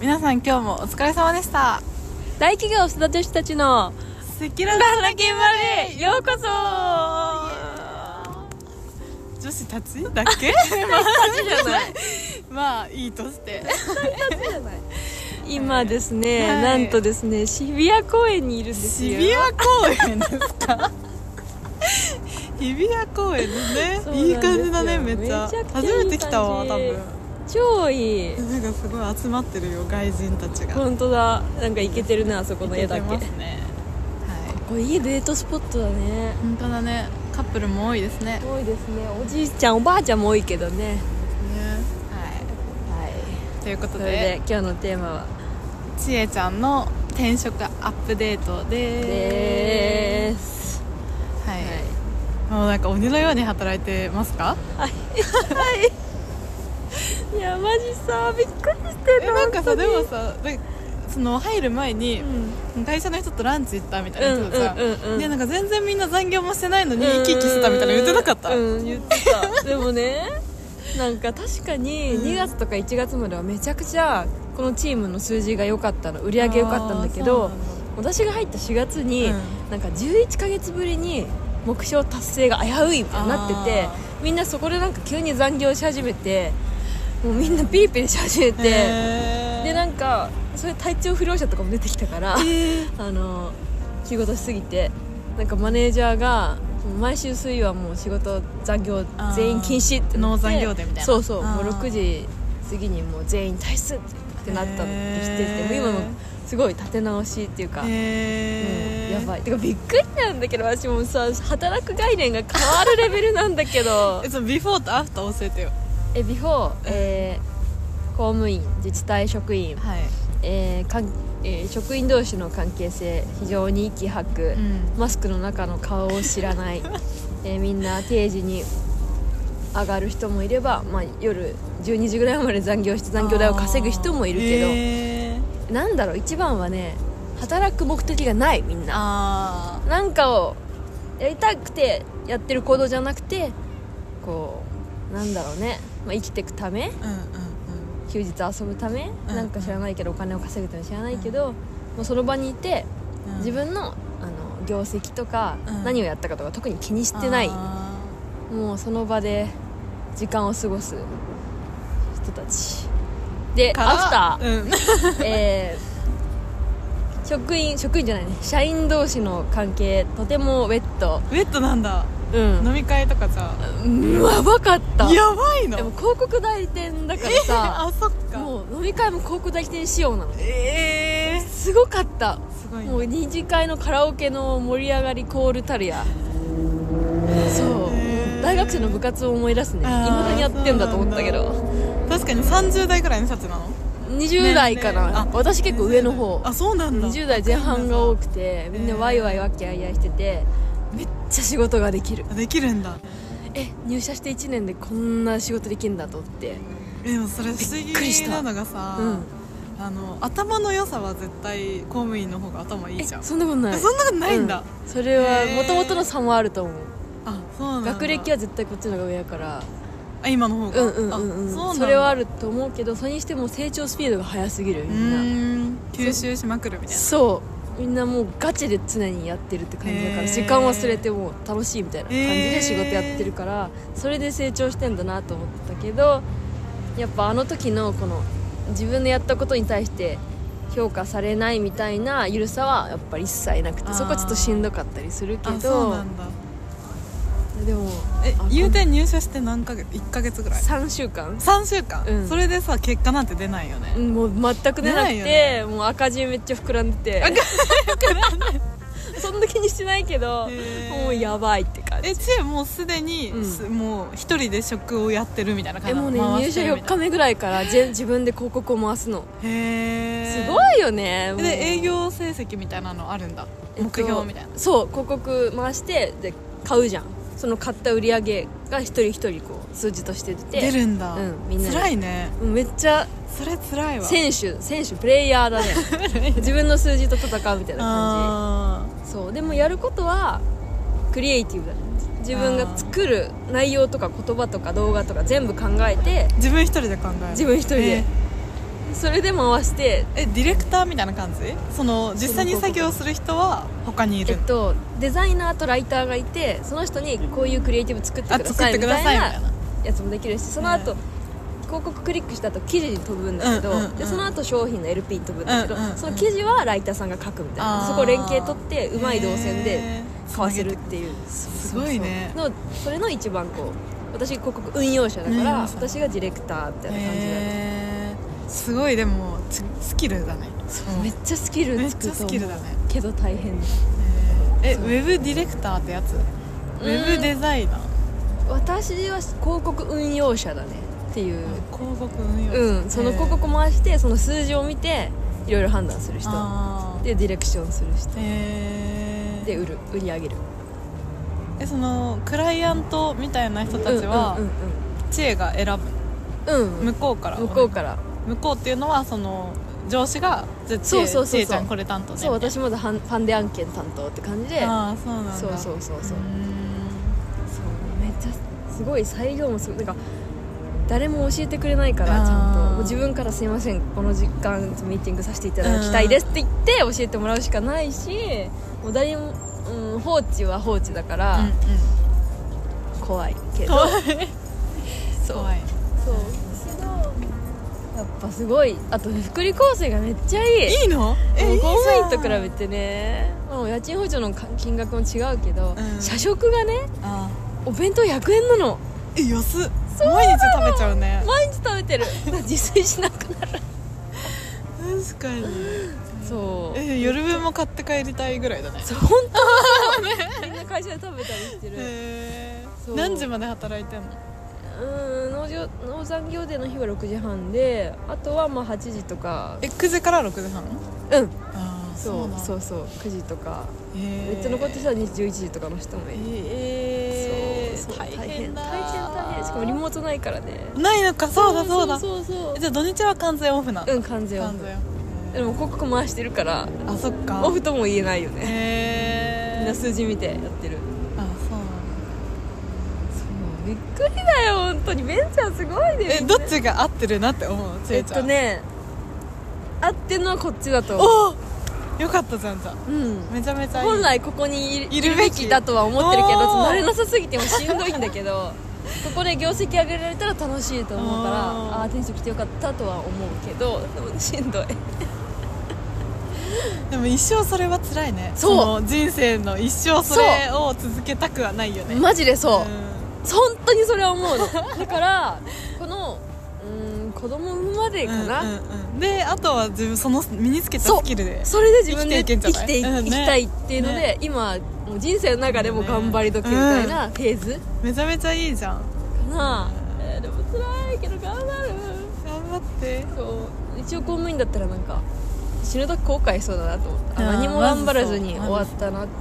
皆さん今日もお疲れ様でした大企業育て女子たちのセキュララキンまでようこそマ女子たちだっ けジじゃないまあいいとして 今ですね、はいなんとですね渋谷公園にいるんです日比よ谷公園です か日比谷公園ですそうなねんですよいい感じだねめっちゃめちゃくちゃいい感じ初めて来たわ多分超いいなんかすごい集まってるよ外人たちが本当だなんかイケてるなあそこの絵だけ行けてこますねはいこいいデートスポットだね本当だねカップルも多いですねね多いですねおじいちゃんおばあちゃんも多いけどねははいということそれでで今日のテーマはちえちゃんの転職アップデートでですーすはい、はいもうなんか鬼のように働いてますかいやマジさびっくりしてえるなんかさ本当でにもさでその入る前にう、ん会社の人とランチ行ったみたいな言ってたじゃん,、うんうんうんうんでなんか全然みんな残業もしてないのに生き生きしてたみたいな言ってなかった、うん言ってたでもねなんか確かにうん2月とか1月まではめちゃくちゃこのチームの数字が良かったの売り上げ良かったんだけあどーそう私が入った4月に、うんなんか11ヶ月ぶりに目標達成が危ういみたいになっててあみんなそこでなんか急に残業し始めてもうみんなピリピリし始めて、へーでなんかそういう体調不良者とかも出てきたから あの仕事しすぎてなんかマネージャーがもう毎週水曜はもう仕事残業あー全員禁止ってなノっーて残業でみたいなそうそうあーもう6時過ぎにもう全員退出ってなったってしててへーもう今もすごい立て直しっていうか、もへうーやばいてかびっくりなんだけど私もさ働く概念が変わるレベルなんだけどえそのビフォーとアフター 教えてよえビフォー、えー公務員自治体職員、はい、えーかんえー職員同士の関係性非常に息吐く、うんマスクの中の顔を知 らない、えーみんな定時に上がる人もいれば、まあ、夜12時ぐらいまで残業して残業代を稼ぐ人もいるけど、へーなんだろう一番はね働く目的がないみんなあなんかをやりたくてやってる行動じゃなくてこうなんだろうね、まあ、生きていくたーめうんうん休日遊ぶため、うんなんか知らないけどお金を稼ぐため知らないけど、もうその場にいてうんうん自分のあの業績とか、うん何をやったかとか特に気にしてないあもうその場で時間を過ごす人たちでーからアフタうん、 ー、えー職員職員じゃないね社員同士の関係とてもウェットウェットなんだうん飲み会とかじゃうんやばかったやばいのでも広告代理店だからさあそっかもう飲み会も広告代理店仕様なのええすごかったすごいねもう二次会のカラオケの盛り上がりコールたるやそうもう大学生の部活を思い出すねいあーまだにやってんだと思ったけそうど確かに30代ぐらいのシャツなの20代か年齢なあ私結構上の方あそうなんだ20代前半が多くてみんなワイワイワッキャイヤイしててめっちゃ仕事ができるできるんだえ入社して1年でこんな仕事できるんだと思ってえでもそれ不思びっくりし議たなのがさ、うんあの頭の良さは絶対公務員の方が頭いえいじゃんそんなことないそんなことないんだ、うそれはへーもともとの差もあると思うあそうなんだ学歴は絶対こっちの方が上やからあ今の方うがんうんうんうあんそうそなんだれはあると思うけどそれにしても成長スピードが速すぎるようみんなーん吸収しまくるみたいなそうみんなもうガチで常にやってるって感じだかへらー時間忘れてもう楽しいみたいな感じで仕事やってるからそれで成長してんだなと思ったけどやっぱあの時のこの自分のやったことに対して評価されないみたいな緩さはやっぱり一切なくてあーそこはちょっとしんどかったりするけあそうどなんだでもえあ言うて入社して何ヶ月1ヶ月ぐらい3週間3週間、うんそれでさ結果なんて出ないよね、うんもう全く出なく出なていもう赤字めっちゃ膨らんでて そんな気にしてないけどへー もうやばいって感じえちえもうすでに、うんすもう一人で職をやってるみたいな感えじなものうね回入して社るみ4た日いな目ぐらいからぜ 自分で広告を回すのへえすいごいよねもうで営業成績みたいなのあるんだ、えっと目標みたいなそう広告回してで買うじゃんその買った売り上げが一人一人こう数字として出て出るんだ、うんみんなで辛いねうんめっちゃそれ辛いわ選手選手 プレイヤーだね自分の数字と戦うみたいな感あじそうでもやることはクリエイティブだね自分が作る内容とか言葉とか動画とか全部考えてー自分一人で考える自分一人でえそれで回してえディレクターみたいな感じその実際に作業する人は他にいえるっと、デザイナーとライターがいてその人にこういうクリエイティブ作ってあくだ作さっいてみくだたいさいみたいななやつもできるしその後、うん広告クリックした後記事に飛ぶんだけど、うんうんうんでその後商品の LP に飛ぶんだけど、うんうんうんその記事はライターさんが書くみたいあなーそこ連携取ってうまい動線でへー買わせるっていうすごいねそうそうのそれの一番こう私広告運用者だから運用者私がディレクターみたいな感じなんでへーすごいでもつスキルだねうんめっちゃスキルめっつちくゃとス思キうルだねけど大変えウそうェブディレクターってやつウェブデザイナー私は広告運用者だねっていう広告運用うんその広告回してその数字を見ていろいろ判断する人人でディレクションする人えで売る売り上げるえそのクライアントみたいな人たちはう知恵が選んうんうんぶうん向こうから向こうから向こうっていうのはその上司がじゃあ知そう恵そうそうそう知恵ちゃんこれ担当ねそう私まだファンファンデ案件担当って感じでああそうなんだそうそうそうそうーんそうめっちゃすごい裁量もすごいなんか誰も教えてくれないからあーちゃんともう自分から「すいませんこの時間ミーティングさせていただきたいです」って言って教えてもらうしかないしもう誰も、うん、放置は放置だからうんうん怖いけど、 怖そう怖いそうですけどやっぱすごいあと福利厚生がめっちゃいいいいのえいいもうじゃん公務員と比べてね、まあ、家賃補助のか金額も違うけど、うん社食がねあお弁当100円なのーえ安っうなの毎日食べちゃうね毎日食べてる自炊しなく なる確かにそうえ夜分も買って帰りたいぐらいだねそう本当にみんな会社で食べたりしてるへそーう何時まで働いてんのうん農業農産業デーの日は6時半であとはまあ8時とかえ9時から6時半うんああそうそううそう9時とかめめっちゃ残ってたら11時とかの人もいるえー、そうそう大変だ大変大変しかもリモートないからねないのかそうだそうだそうそうえじゃあ土日は完全オフなのうん完全オ完フ全オフでも広告回してるからあそっかオフとも言えないよねみへんえなあそ数字見てやってるうなんだびっくりだよ本当にベンチャーすごいねえどっちが合ってるなって思うちええっちとゃん、ね合ってんのはこっちだとおおよかったじゃんじゃあうんめちゃめちゃいい本来ここにいいるるべべききだとは思ってるけどおーちょっと慣れなさすぎてもしんどいんだけどここで業績上げられたら楽しいと思うからおーああー転職してよかったとは思うけどでもしんどいでも一生それは辛いねそうの人生の一生それを続けたくはないよねマジでそう、う本当にそれは思うのだ からこのうーん子供産むまでんかな、うんうんうんであとは自分その身につけたスキルでそれで自分で生生きていけんじゃないうきていんきねたいっていうので、ね今もう人生の中でも頑張り時みたいなフェーズめちゃめちゃいいじゃんかな、えーでも辛いけど頑張る頑張ってそう一応公務員だったらなんか死ぬ時後悔しそうだなと思ったああー何も頑張らずにまず終そうわったなって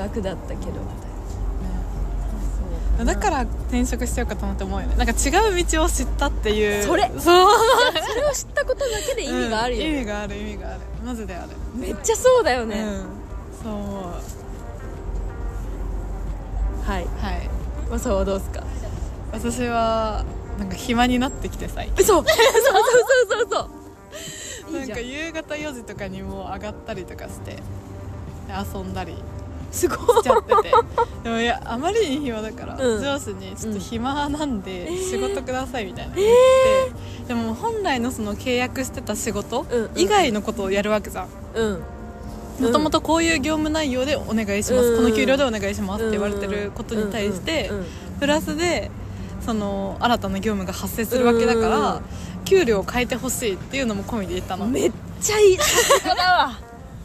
楽だったけどみたいなだから転職してよかったなって思うよねなんか違う道を知ったっていうそれそういやそれを知ったことだけで意味があるようん意ね、味がある意味があるマジであるめっちゃそうだようね、んそう思うはいはいマサはどうですか私はなんか暇になってきて最近 嘘嘘嘘嘘嘘嘘いないんじゃかん夕方4時とかにもう上がったりとかしてで遊んだりすごいしちゃっててでもいやあまりに暇だから、うん上司に「ちょっと暇なんでうん仕事ください」みたいな言って、でも本来のその契約してた仕事うんうん以外のことをやるわけじゃんうんもともとこういう業務内容でお願いします、うんこの給料でお願いしますって言われてることに対して、うんうんプラスでその新たな業務が発生するわけだから、給料を変えてほしいっていうのも込みで言ったのうんでめっちゃいいさすがだわも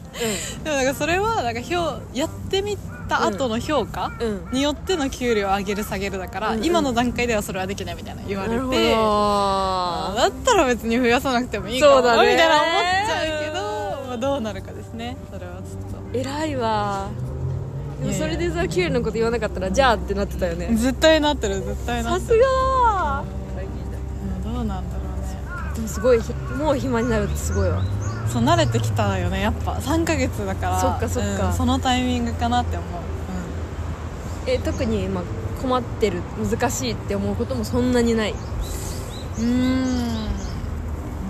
なんかそれはなんか評やってみた後の評価うんうんによっての給料を上げる下げるだから、うんうん今の段階ではそれはできないみたいな言わなれるほてどだったら別に増やさなくてもいいかもそうだねみたいな思っちゃうけど、まあ、どうなるかですねそれはちょっと。偉いわでもいやいやそれでさキュウリのこと言わなかったらじゃあってなってたよね絶対なってる絶対なさってするがうんどうなんだろうねでもすごいひもう暇になるってすごいわそう慣れてきたよねやっぱ3ヶ月だからそっかそっかうんそのタイミングかなって思う、え特に今困ってる難しいって思うこともそんなにないうん、う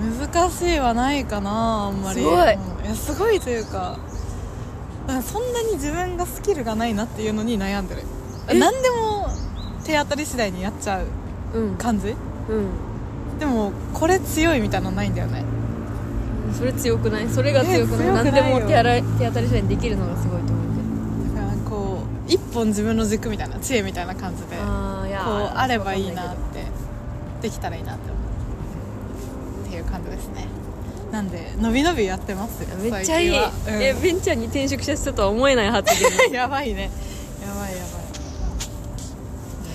ーん難しいはないかなあんまりすごいうんやすごいというかだからそんなに自分がスキルがないなっていうのに悩んでるえ何でも手当たり次第にやっちゃううん感じうんでもこれ強いみたいなのないんだよねそれ強くないそれが強くえ強くないないよ何でも手洗い手当たり次第にできるのがすごいと思うけどだからこう一本自分の軸みたいな知恵みたいな感じでこうああいやあればいいなっわかんけてできたらいいなって思うっていう感じですねなんで伸び伸びやってますよどめっちゃい最い、近はうんえベンチャーに転職した人とは思えない発言やばいねやばいや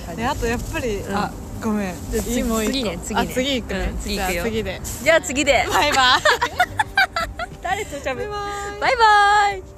ばいであとやっぱり、うんあごめんじゃあ次いいもう一個次ね次ねあ次行くね、うん 次じ行ゃあくよ次でじゃあ次でバイバイ 誰としゃべるバイバイバイ